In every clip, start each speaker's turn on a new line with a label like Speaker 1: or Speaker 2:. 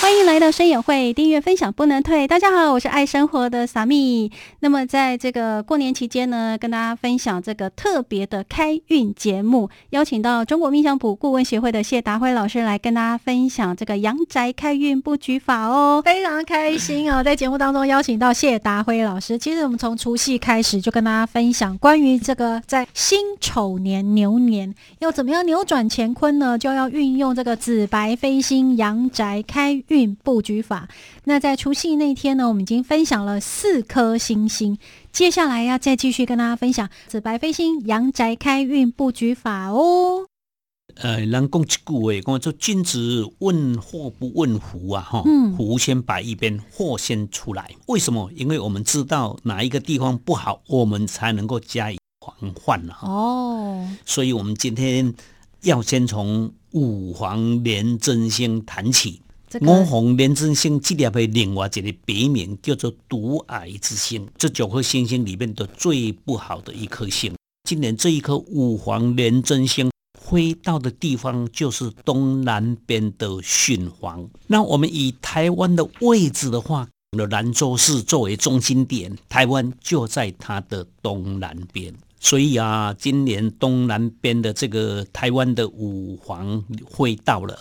Speaker 1: 欢迎来到生友会，订阅分享不能退。大家好，我是爱生活的萨米。那么在这个过年期间呢，跟大家分享这个特别的开运节目，邀请到中国命相卜顾问协会的谢达辉老师来跟大家分享这个阳宅开运布局法哦。非常开心哦，在节目当中邀请到谢达辉老师。其实我们从除夕开始就跟大家分享关于这个在辛丑年牛年要怎么样扭转乾坤呢？就要运用这个紫白飞星阳宅开运布局法。那在除夕那天呢，我们已经分享了四颗星星，接下来要再继续跟大家分享紫白飞星阳宅开运布局法哦。
Speaker 2: 呃，人讲一句话，讲做君子问祸不问福啊，哈
Speaker 1: 嗯，
Speaker 2: 福先摆一边，祸先出来。为什么？因为我们知道哪一个地方不好，我们才能够加以防范啊。
Speaker 1: 哦，
Speaker 2: 所以，我们今天要先从五黄连真星谈起。
Speaker 1: 这
Speaker 2: 五
Speaker 1: 个
Speaker 2: 黄连真星这粒的另外一个别名叫做独癌之星，这九颗星星里面的最不好的一颗星。今年这一颗五黄连真星挥到的地方就是东南边的巽黄。那我们以台湾的位置的话，我们的兰州市作为中心点，台湾就在它的东南边。所以啊，今年东南边的这个台湾的五黄会到了。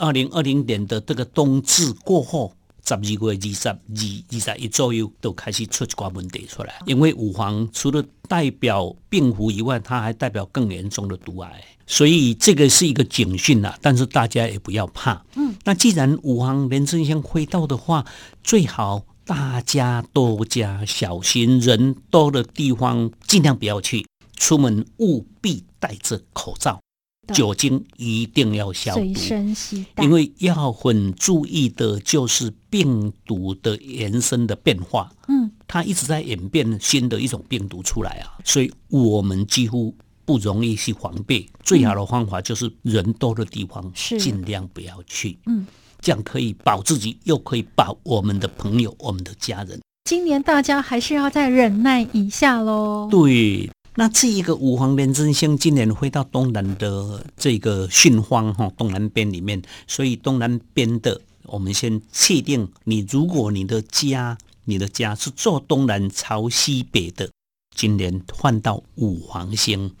Speaker 2: 二零二零年的这个冬至过后，十二月二十二、二十一左右都开始出一寡问题出来。因为五黄除了代表病符以外，它还代表更严重的毒癌，所以这个是一个警讯啊。但是大家也不要怕，嗯，那既然五黄连正相挥到的话，最好。大家多加小心，人多的地方尽量不要去。出门务必戴着口罩，
Speaker 1: 对
Speaker 2: 酒精一定要消毒
Speaker 1: 随。身携带，
Speaker 2: 因为要很注意的就是病毒的延伸的变化，
Speaker 1: 嗯，
Speaker 2: 它一直在演变新的一种病毒出来啊，所以我们几乎不容易去防备。最好的方法就是人多的地方
Speaker 1: 是
Speaker 2: 尽量不要去，
Speaker 1: 嗯，
Speaker 2: 这样可以保自己，又可以保我们的朋友、我们的家人。
Speaker 1: 今年大家还是要再忍耐一下喽。
Speaker 2: 对，那这一个五黄连真星今年会到东南的这个巽荒哈，东南边里面，所以东南边的我们先确定，你如果你的家，你的家是坐东南朝西北的，今年换到五黄星，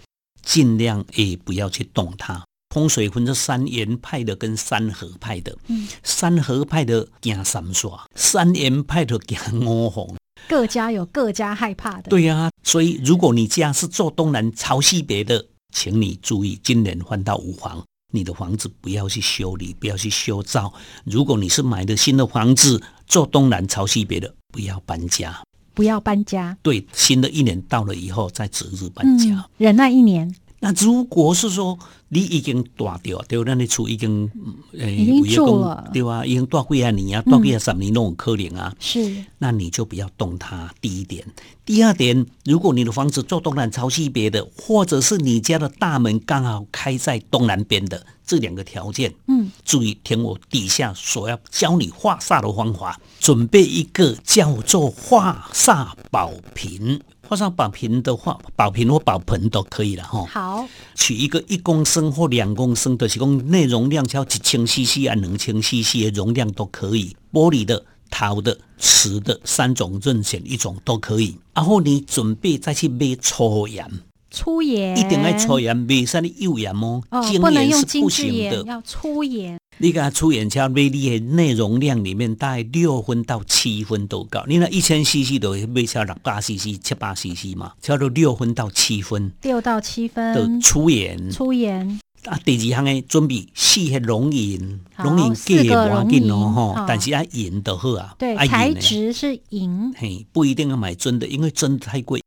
Speaker 2: 尽量也不要去动它。风水分是三元派的跟三合派的，
Speaker 1: 嗯
Speaker 2: 三合派的行三煞，三元派的行五黄。
Speaker 1: 各家有各家害怕的，，
Speaker 2: 对呀、所以如果你家是坐东南朝西北的，请你注意，今年换到五房，你的房子不要去修理，不要去修造。如果你是买的新的房子，坐东南朝西北的，不要搬家。
Speaker 1: 不要搬家，
Speaker 2: 对，新的一年到了以后再择日搬家。
Speaker 1: 嗯，忍耐一年，
Speaker 2: 那如果是说你已经大掉，对，咱的厝已经，呃、
Speaker 1: 已经
Speaker 2: 有的
Speaker 1: 住
Speaker 2: 讲
Speaker 1: 了
Speaker 2: 对啊，已经大几啊年啊，大几啊十年拢有可能啊。
Speaker 1: 是
Speaker 2: 那你就不要动它。第一点，第二点，如果你的房子坐东南朝西北的，或者是你家的大门刚好开在东南边的，这两个条件，
Speaker 1: 嗯，
Speaker 2: 注意听我底下所要教你化煞的方法，准备一个叫做化煞宝瓶。化煞宝瓶的话，宝瓶或宝盆都可以了哈。
Speaker 1: 好，
Speaker 2: 取一个一公升或两公升，就是讲内容量超一千 CC 啊，两千 CC 的容量都可以。玻璃的、陶的、瓷的三种任选一种都可以。然后你准备再去买粗盐，
Speaker 1: 粗盐
Speaker 2: 一定要粗盐，袂使你幼盐哦
Speaker 1: 哦，，
Speaker 2: 精
Speaker 1: 不能
Speaker 2: 盐
Speaker 1: 用
Speaker 2: 是
Speaker 1: 精
Speaker 2: 不
Speaker 1: 致
Speaker 2: 行
Speaker 1: 盐，
Speaker 2: 的。
Speaker 1: 要粗盐，
Speaker 2: 你给它粗盐超买你的内容量里面大概六分到七分都够。你那一千 CC 都买超六八 CC、七八 CC 嘛，差不多六分到七分
Speaker 1: 六到七
Speaker 2: 的嗯
Speaker 1: 分，
Speaker 2: 粗盐。
Speaker 1: 粗盐
Speaker 2: 啊，第二项诶，准备四个龙银，
Speaker 1: 好
Speaker 2: 龙银计
Speaker 1: 四个
Speaker 2: 无要紧
Speaker 1: 龙
Speaker 2: 哦
Speaker 1: 银
Speaker 2: 吼
Speaker 1: 好，
Speaker 2: 但是啊银就好啊，
Speaker 1: 对
Speaker 2: 啊，
Speaker 1: 材
Speaker 2: 银呢
Speaker 1: 质是银，
Speaker 2: 嘿不一定要买真的，因为真的太贵。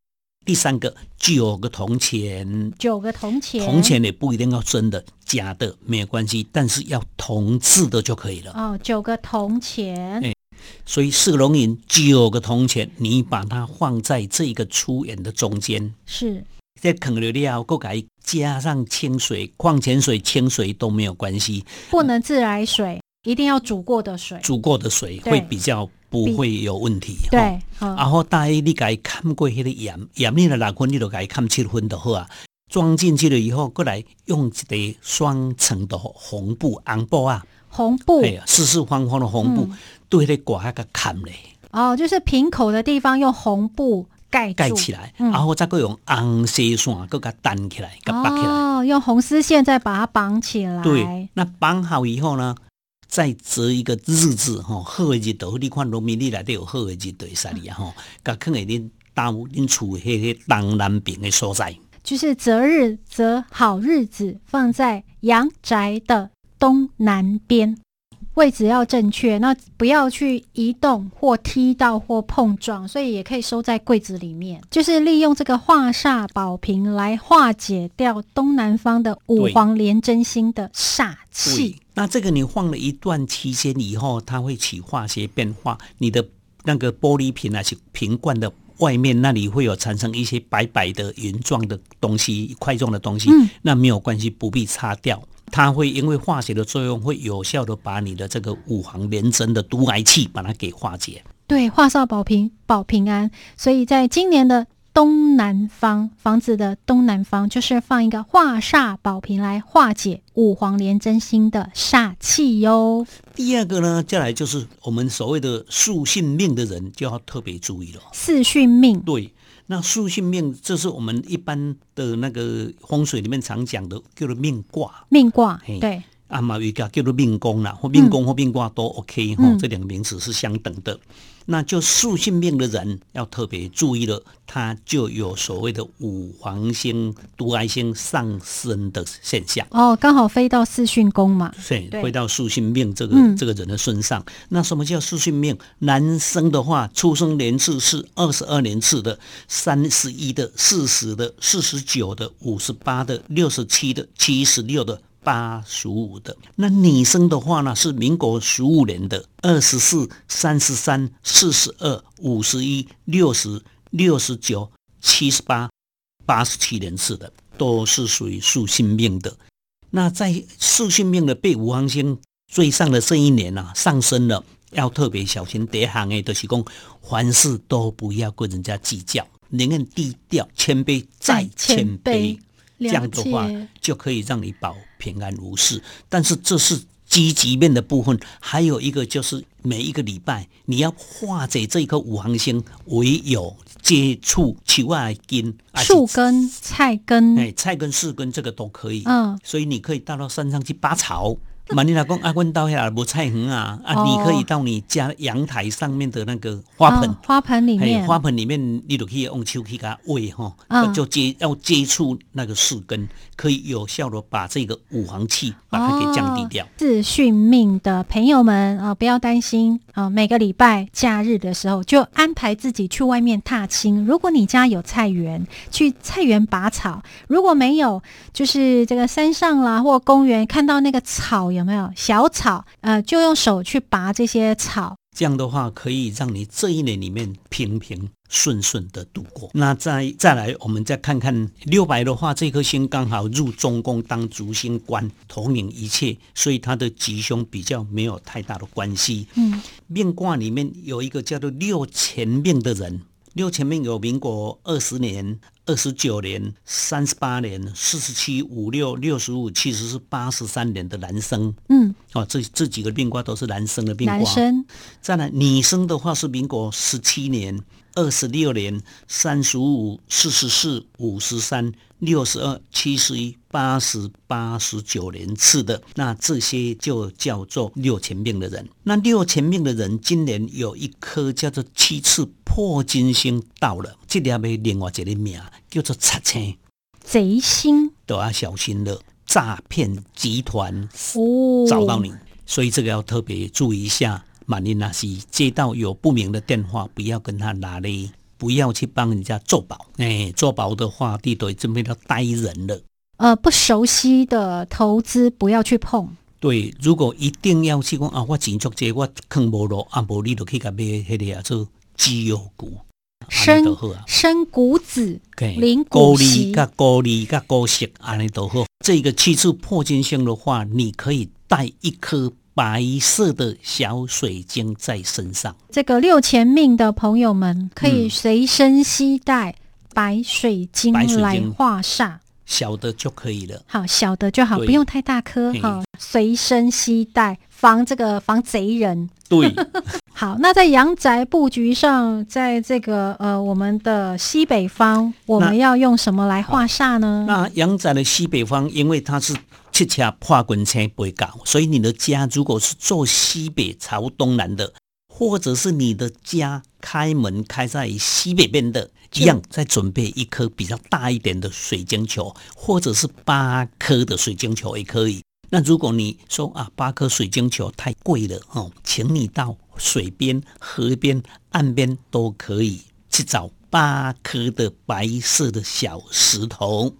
Speaker 2: 第三个九个铜钱，
Speaker 1: 九个铜钱，
Speaker 2: 铜钱也不一定要真的，假的没有关系，但是要铜制的就可以了。
Speaker 1: 哦，九个铜钱，
Speaker 2: 哎所以四个龙银，九个铜钱，你把它放在这个粗眼的中间，
Speaker 1: 是
Speaker 2: 再啃了料，后，改加上清水、矿泉水、清水都没有关系。
Speaker 1: 不能自来水，一定要煮过的水，
Speaker 2: 煮过的水
Speaker 1: 对
Speaker 2: 会比较不会有问题。吼
Speaker 1: 对，哦好
Speaker 2: 然后大约你该看过迄个盐，盐你若六分，你就该看七分就好啊。装进去了以后，过来用一个双层的红布、红布啊，
Speaker 1: 红布嗯
Speaker 2: 哎，四四方方的红布，对迄个瓜个砍咧，
Speaker 1: 哦，就是瓶口的地方用红布盖
Speaker 2: 盖
Speaker 1: 住
Speaker 2: 起来，
Speaker 1: 嗯
Speaker 2: 然后再个用红丝线，搁甲弹起来，甲绑起来。
Speaker 1: 哦，用红丝线再把它绑起来。
Speaker 2: 对，那绑好以后呢，再择一个日子吼，好的日子，你看农民历内底有好的日子啥哩啊吼，甲放喺恁兜恁厝迄个东南边的所在，
Speaker 1: 就是择日择好日子放在阳宅的东南边，位置要正确，那不要去移动或踢到或碰撞，所以也可以收在柜子里面。就是利用这个化煞宝瓶来化解掉东南方的五
Speaker 2: 对
Speaker 1: 黄连真星的煞气
Speaker 2: 对。，那这个你放了一段期间以后，它会起化学变化，你的那个玻璃瓶啊，是瓶罐的。外面那里会有产生一些白白的云状的东西、块状的东西，
Speaker 1: 嗯
Speaker 2: 那没有关系，不必擦掉。它会因为化学的作用，会有效的把你的这个五行连针的毒癌气把它给化解。
Speaker 1: 对，化煞保平保平安，所以在今年的东南方房子的东南方，就是放一个化煞宝瓶来化解五黄连真心的煞气哟。
Speaker 2: 第二个呢，再来就是我们所谓的素性命的人就要特别注意了。
Speaker 1: 四训命，
Speaker 2: 对，那素性命，这是我们一般的那个风水里面常讲的，叫做命卦
Speaker 1: 命卦
Speaker 2: 嘿
Speaker 1: 对，
Speaker 2: 啊，嘛有一个叫做命宫啦，或命宫或命卦都 OK 哈、
Speaker 1: 嗯
Speaker 2: 这两个名词是相等的。那就素性命的人要特别注意了，他就有所谓的五黄星、独癌星上升的现象。
Speaker 1: 哦，刚好飞到四训宫嘛，
Speaker 2: 对，
Speaker 1: 对
Speaker 2: 回到素性命这个、
Speaker 1: 嗯
Speaker 2: 这个人的身上。那什么叫素性命？男生的话，出生年次是二十二年次的、三十一的、四十的、四十九的、五十八的、六十七的、七十六的。八十五的，那女生的话呢，是民国十五年的二十四、三十三、四十二、五十一、六十、六十九、七十八、八十七年次的，都是属于素性命的。那在四性命的被五行星追上的这一年啊，上升了，要特别小心。第一行诶，就是讲凡事都不要跟人家计较，宁愿低调、谦卑再谦卑，这样的话
Speaker 1: 了解
Speaker 2: 就可以让你保平安无事。但是这是。积极面的部分，还有一个就是每一个礼拜你要化解这一颗五行星，唯有接触树外根、还是
Speaker 1: 树根、菜
Speaker 2: 哎，
Speaker 1: 根，
Speaker 2: 菜根、树根这个都可以。
Speaker 1: 嗯
Speaker 2: 所以你可以到到山上去拔草。马尼拉公阿棍到下无菜园啊啊，
Speaker 1: 哦
Speaker 2: 你可以到你家阳台上面的那个花盆
Speaker 1: 哦，花盆里
Speaker 2: 哎，
Speaker 1: 面，
Speaker 2: 花盆里面你就可以用手去给它喂哈，
Speaker 1: 嗯
Speaker 2: 就接要接触那个树根，可以有效的把这个五行气把它给降低掉
Speaker 1: 哦。自训命的朋友们啊、呃不要担心啊、呃每个礼拜假日的时候就安排自己去外面踏青。如果你家有菜园，去菜园拔草；如果没有，就是这个山上啦或公园看到那个草有没有小草，呃，就用手去拔这些草。
Speaker 2: 这样的话，可以让你这一年里面平平顺顺的度过。那再再来，我们再看看六白的话，这颗星刚好入中宫当主星官，统领一切，所以它的吉凶比较没有太大的关系。
Speaker 1: 嗯，
Speaker 2: 命卦里面有一个叫做六前命的人，六前命有民国二十年、二十九年、三十八年、四十七、五六、六十五、七十是八十三年的男生。
Speaker 1: 嗯，
Speaker 2: 哦，这这几个命卦都是男生的命卦。
Speaker 1: 男生
Speaker 2: 再来，女生的话是民国十七年、二十六年、三十五、四十四、五十三、六十二、七十一、八十八、十九年次的，那这些就叫做六钱命的人。那六钱命的人，今年有一颗叫做七次破金星到了，这里还没另外一个名叫做贼星，
Speaker 1: 贼心
Speaker 2: 都要小心了，诈骗集团
Speaker 1: 哦，
Speaker 2: 找到你，所以这个要特别注意一下。马尼拉西接到有不明的电话，不要跟他拉嘞，不要去帮人家做保。哎，做保的话，地都这边要呆人了。
Speaker 1: 呃不熟悉的投资不要去碰。
Speaker 2: 对，如果一定要去讲啊，我钱足济，我坑无落啊，无你就去甲买迄个啊，做绩优股，安尼就
Speaker 1: 生
Speaker 2: 好啊。
Speaker 1: 生谷子
Speaker 2: 嘿
Speaker 1: 零
Speaker 2: 高
Speaker 1: 股
Speaker 2: 利
Speaker 1: 息
Speaker 2: 甲高利甲高息安尼都好。这个七次破金星的话，你可以带一颗白色的小水晶在身上。
Speaker 1: 这个六钱命的朋友们可以随身携带白水晶
Speaker 2: 嗯白水晶
Speaker 1: 来化煞。
Speaker 2: 小的就可以了。
Speaker 1: 好，小的就好，
Speaker 2: 对
Speaker 1: 不用太大颗
Speaker 2: 嘿
Speaker 1: 哈，随身携带，防这个防贼人。
Speaker 2: 对，
Speaker 1: 好，那在阳宅布局上，在这个呃我们的西北方，我
Speaker 2: 那
Speaker 1: 们要用什么来化煞呢？
Speaker 2: 那阳宅的西北方，因为它是七恰跨滚车不会搞，所以你的家如果是坐西北朝东南的，或者是你的家开门开在西北边的，一样再准备一颗比较大一点的水晶球，或者是八颗的水晶球也可以。那如果你说啊，八颗水晶球太贵了哦，请你到水边、河边、岸边都可以去找八颗的白色的小石头。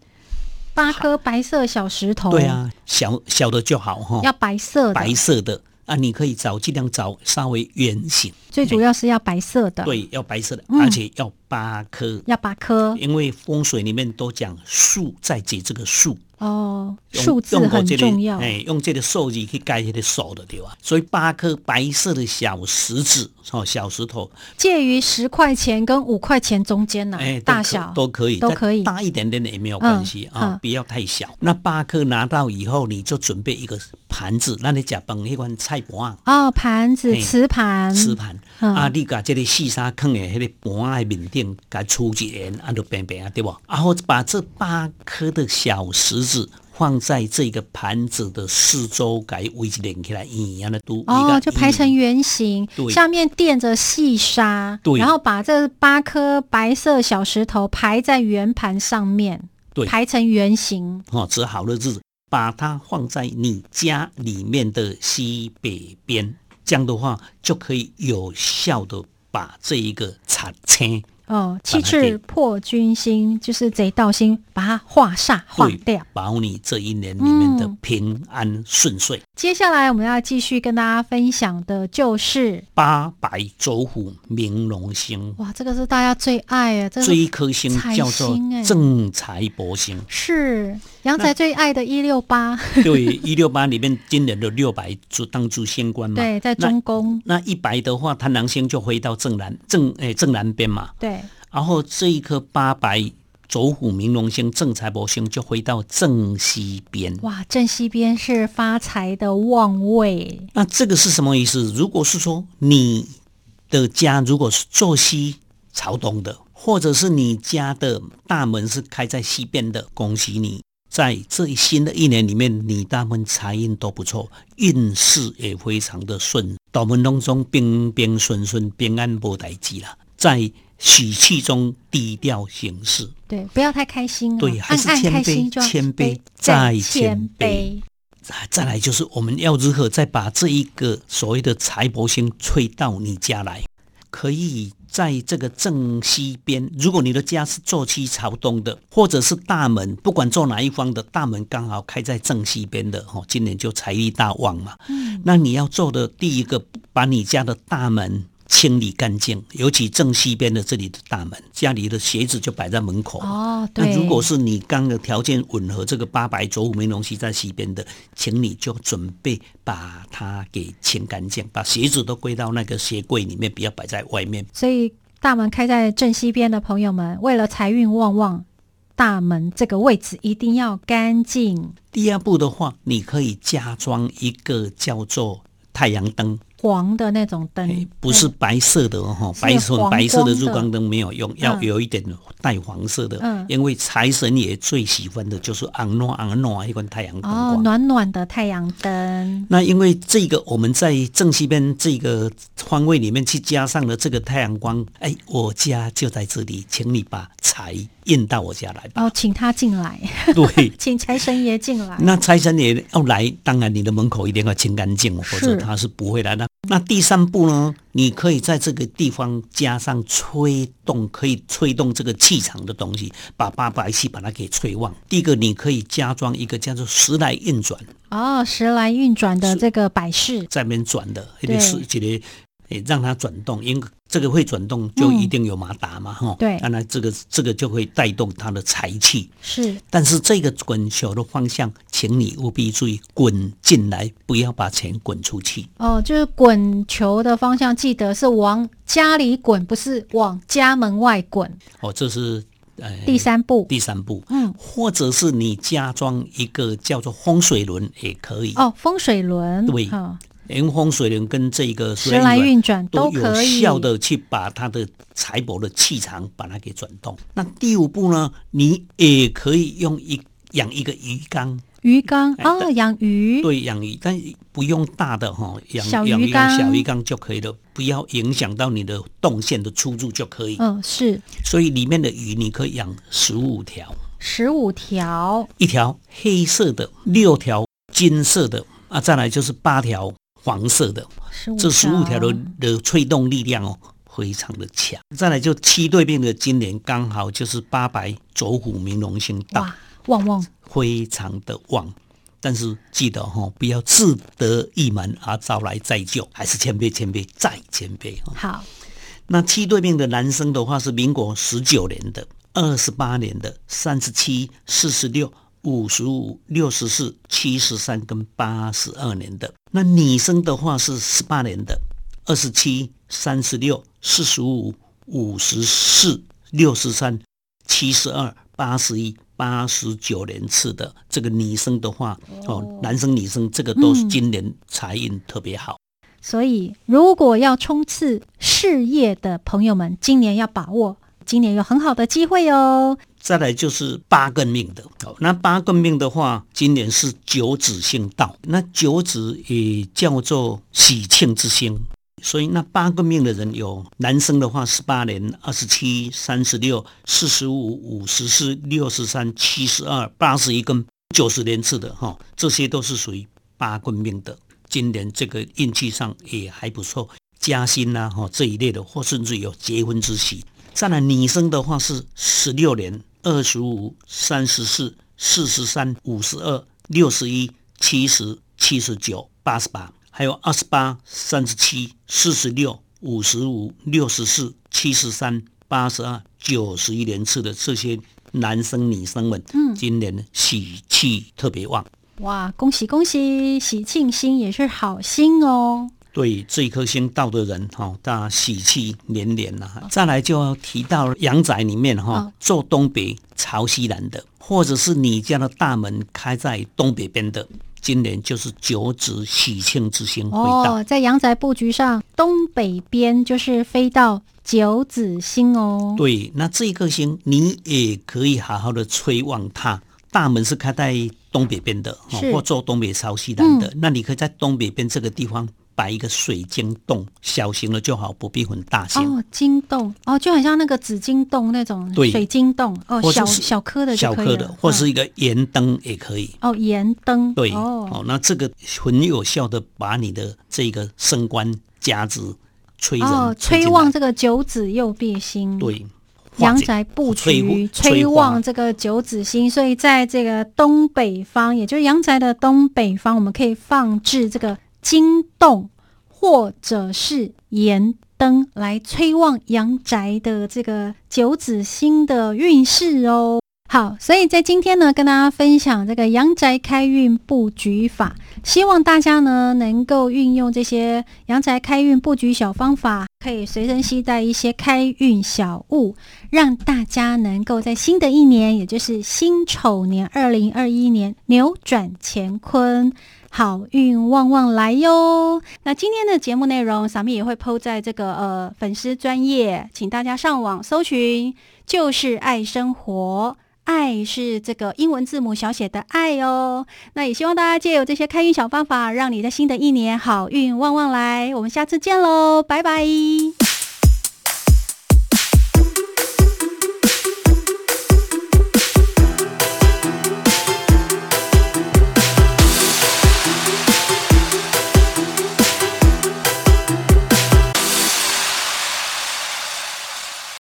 Speaker 1: 八颗白色小石头，
Speaker 2: 对，啊，小小的就好哈，
Speaker 1: 哦要白色的，
Speaker 2: 白色的啊，你可以找尽量找稍微圆形，
Speaker 1: 最主要是要白色的，，
Speaker 2: 对，要白色的，
Speaker 1: 嗯
Speaker 2: 而且要八颗，
Speaker 1: 要八颗
Speaker 2: 因为风水里面都讲数在解这个数，
Speaker 1: 哦，
Speaker 2: 用
Speaker 1: 数字
Speaker 2: 用过
Speaker 1: 很
Speaker 2: 这个
Speaker 1: 重要。
Speaker 2: 哎，用这个数字去盖这个手的对吧？所以八颗白色的小石子哦，小石头，
Speaker 1: 介于十块钱跟五块钱中间呐、
Speaker 2: 哎，都
Speaker 1: 啊大
Speaker 2: 可
Speaker 1: 小
Speaker 2: 都可以，
Speaker 1: 都
Speaker 2: 再
Speaker 1: 可以
Speaker 2: 大一点点的也没有关系
Speaker 1: 嗯
Speaker 2: 啊
Speaker 1: 嗯，
Speaker 2: 不要太小。那八颗拿到以后，你就准备一个盘子，那你假饭那款菜盘。啊
Speaker 1: 哦，盘子、
Speaker 2: 嘿
Speaker 1: 瓷盘，
Speaker 2: 瓷盘，
Speaker 1: 嗯
Speaker 2: 啊，你甲即个细沙放诶迄个盘诶面顶，甲粗一圆，啊，就平平啊，对无？啊，或者把这八颗的小石子放在这个盘子的四周，甲伊围一连起来，圆圆的都
Speaker 1: 哦，就排成圆形
Speaker 2: 对，
Speaker 1: 下面垫着细沙，
Speaker 2: 对
Speaker 1: 然后把这八颗白色小石头排在圆盘上面，
Speaker 2: 对
Speaker 1: 排成圆形。
Speaker 2: 哦，只好的日子，把它放在你家里面的西北边，这样的话就可以有效的把这一个茶青
Speaker 1: 哦，
Speaker 2: 它
Speaker 1: 气
Speaker 2: 给
Speaker 1: 质破军心，就是贼盗心，把它化煞化
Speaker 2: 对
Speaker 1: 掉。
Speaker 2: 保你这一年里面的
Speaker 1: 嗯
Speaker 2: 平安顺遂。
Speaker 1: 接下来我们要继续跟大家分享的就是，
Speaker 2: 八白走虎明龙星，
Speaker 1: 哇，这个是大家最爱啊，这
Speaker 2: 这
Speaker 1: 个
Speaker 2: 一颗星
Speaker 1: 财
Speaker 2: 叫做
Speaker 1: 星欸。
Speaker 2: 正财帛星
Speaker 1: 是阳仔最爱的一六八，
Speaker 2: 对，一六八里面今年的六白就当主仙官嘛。
Speaker 1: 对，在中宫，
Speaker 2: 那一白的话，贪狼星就回到正南正诶、正南边嘛。
Speaker 1: 对，
Speaker 2: 然后这一颗八白走虎明龙星正财帛星就回到正西边。
Speaker 1: 哇，正西边是发财的旺位，
Speaker 2: 那这个是什么意思？如果是说你的家如果是坐西朝东的，或者是你家的大门是开在西边的，恭喜你，在这一新的一年里面，你大门财运都不错，运势也非常的顺，道门当中平平顺顺，平安无代志啦，在喜气中低调行事。
Speaker 1: 对，不要太开心、哦，
Speaker 2: 对还
Speaker 1: 暗
Speaker 2: 是
Speaker 1: 暗
Speaker 2: 谦
Speaker 1: 开
Speaker 2: 卑
Speaker 1: 心就要
Speaker 2: 谦卑再
Speaker 1: 再
Speaker 2: 谦
Speaker 1: 谦
Speaker 2: 卑
Speaker 1: 卑，
Speaker 2: 啊再来就是我们要如何再把这一个所谓的财帛星吹到你家来，可以在这个正西边，如果你的家是坐西朝东的，或者是大门，不管坐哪一方的大门刚好开在正西边的，哦，今年就财力大旺嘛。嗯，那你要做的第一个，把你家的大门。清理干净，尤其正西边的这里的大门，家里的鞋子就摆在门口。
Speaker 1: 哦，
Speaker 2: 那
Speaker 1: 对，
Speaker 2: 如果是你刚的条件吻合，这个八白左五梅龙溪在西边的，请你就准备把它给清干净，把鞋子都归到那个鞋柜里面，不要摆在外面。
Speaker 1: 所以大门开在正西边的朋友们，为了财运旺旺，大门这个位置一定要干净。
Speaker 2: 第二步的话，你可以加装一个叫做太阳灯，
Speaker 1: 黄的那种灯，
Speaker 2: 哎不是白色的哦，
Speaker 1: 是
Speaker 2: 白色
Speaker 1: 黄光的
Speaker 2: 白色的日光灯没有用，要
Speaker 1: 嗯
Speaker 2: 有一点带黄色的，
Speaker 1: 嗯
Speaker 2: 因为财神爷最喜欢的就是昂诺昂诺啊一款太阳灯
Speaker 1: 哦
Speaker 2: 光。，
Speaker 1: 暖暖的太阳灯，
Speaker 2: 那因为这个我们在正西边这个方位里面去加上了这个太阳光，哎，我家就在这里，请你把财运到我家来吧。
Speaker 1: 哦，请他进来，
Speaker 2: 对，
Speaker 1: 请财神爷进来。
Speaker 2: 那财神爷要来，当然你的门口一定要清干净，否则
Speaker 1: 是
Speaker 2: 他是不会来的。那第三步呢？你可以在这个地方加上吹动，可以吹动这个气场的东西，把八白气把它给吹旺。第一个，你可以加装一个叫做时来运转。
Speaker 1: 哦，时来运转的这个摆饰，
Speaker 2: 在那边转的，迄
Speaker 1: 对
Speaker 2: 个是一个诶让它转动，因为这个会转动就一定有马达嘛，哈、
Speaker 1: 嗯对
Speaker 2: 那那这个这个就会带动它的财气。
Speaker 1: 是
Speaker 2: 但是这个滚球的方向，请你务必注意滚进来，不要把钱滚出去。
Speaker 1: 哦，就是滚球的方向，记得是往家里滚，不是往家门外滚。
Speaker 2: 哦，这是呃
Speaker 1: 第三步，
Speaker 2: 第三步，
Speaker 1: 嗯，
Speaker 2: 或者是你加装一个叫做风水轮也可以，
Speaker 1: 哦，风水轮，
Speaker 2: 对
Speaker 1: 哈
Speaker 2: 因为风水轮跟这个
Speaker 1: 时来运转
Speaker 2: 都
Speaker 1: 都
Speaker 2: 有
Speaker 1: 可以。
Speaker 2: 效的去把它的财帛的气场把它给转动。那第五步呢，你也可以用一养一个鱼缸，
Speaker 1: 鱼缸
Speaker 2: 哎
Speaker 1: 哦，养鱼，
Speaker 2: 对，养鱼，但不用大的哈，养
Speaker 1: 小鱼
Speaker 2: 养
Speaker 1: 缸
Speaker 2: 小鱼缸就可以了，不要影响到你的动线的出入就可以。
Speaker 1: 嗯，是
Speaker 2: 所以里面的鱼你可以养十五条，
Speaker 1: 十五条，
Speaker 2: 一条黑色的，六条金色的，啊，再来就是八条黄色的，
Speaker 1: 十五
Speaker 2: 这十五条的的推动力量哦，非常的强。再来就七对面的金莲刚好就是八白走虎明龙星道，
Speaker 1: 哇，旺旺
Speaker 2: 非常的旺。但是记得哈、哦，不要自得意满而招来再救，还是谦卑谦卑再谦卑哈、哦。
Speaker 1: 好，
Speaker 2: 那七对面的男生的话是民国十九年的、二十八年的、三十七、四十六、五十五、六十四、七十三跟八十二年的。那女生的话是十八年的、二十七、三十六、四十五、五十四、六十三、七十二、八十一。八十九年次的这个女生的话，哦，男生女生这个都是
Speaker 1: 嗯
Speaker 2: 今年财运特别好。
Speaker 1: 所以如果要冲刺事业的朋友们，今年要把握，今年有很好的机会哦。
Speaker 2: 再来就是八根命的，好，那八根命的话，今年是九子星到，那九子也叫做喜庆之星，所以那八根命的人有男生的话，十八年、二十七、三十六、四十五、五十四、六十三、七十二、八十一跟九十年次的哈、这些都是属于八根命的，今年这个运气上也还不错，加薪呐、哈、这一类的，或甚至有结婚之喜。再来，女生的话是十六年、二十五、三十四、四十三、五十二、六十一、七十、七十九、八十八，还有二十八、三十七、四十六、五十五、六十四、七十三、八十二、九十一年次的这些男生、女生们，
Speaker 1: 嗯
Speaker 2: 今年喜气特别旺。
Speaker 1: 哇，恭喜恭喜，喜庆星也是好星哦。
Speaker 2: 对这一颗星到的人哈，哦大家喜气连连呐、再来就要提到阳宅里面哈、
Speaker 1: 哦
Speaker 2: 坐东北朝西南的，或者是你家的大门开在东北边的，今年就是九子喜庆之星会到。
Speaker 1: 哦，在阳宅布局上，东北边就是飞到九子星哦。
Speaker 2: 对，那这一颗星你也可以好好的催旺它。大门是开在东北边的，哦
Speaker 1: 是嗯
Speaker 2: 或坐东北朝西南的，那你可以在东北边这个地方摆一个水晶洞，小型的就好，不必很大型。
Speaker 1: 哦，金洞哦，就很像那个紫金洞那种
Speaker 2: 对
Speaker 1: 水晶洞哦，
Speaker 2: 或
Speaker 1: 小
Speaker 2: 者是
Speaker 1: 小颗的就
Speaker 2: 小
Speaker 1: 可以
Speaker 2: 颗
Speaker 1: 了
Speaker 2: 的，或是
Speaker 1: 嗯
Speaker 2: 一个盐灯也可以。
Speaker 1: 哦盐灯
Speaker 2: 对，
Speaker 1: 哦
Speaker 2: 哦，那这个很有效的把你的这个升官加值催人、
Speaker 1: 哦
Speaker 2: 进
Speaker 1: 催
Speaker 2: 来
Speaker 1: 旺这个九子右弼星。。
Speaker 2: 对化
Speaker 1: 阳
Speaker 2: 解
Speaker 1: 宅布局
Speaker 2: 催
Speaker 1: 催
Speaker 2: 催
Speaker 1: 旺
Speaker 2: 化
Speaker 1: 这个九子星，所以在这个东北方，也就是阳宅的东北方，我们可以放置这个金洞或者是盐灯来催旺阳宅的这个九子星的运势哦。好，所以在今天呢，跟大家分享这个阳宅开运布局法，希望大家呢能够运用这些阳宅开运布局小方法，可以随身携带一些开运小物，让大家能够在新的一年，也就是辛丑年二零二一年扭转乾坤。好运旺旺来哟！那今天的节目内容，咱们也会 PO 在这个呃粉丝专业，请大家上网搜寻，就是爱生活。爱是这个英文字母小写的爱哦，那也希望大家借由这些开运小方法，让你在新的一年好运旺旺来。我们下次见喽，拜拜。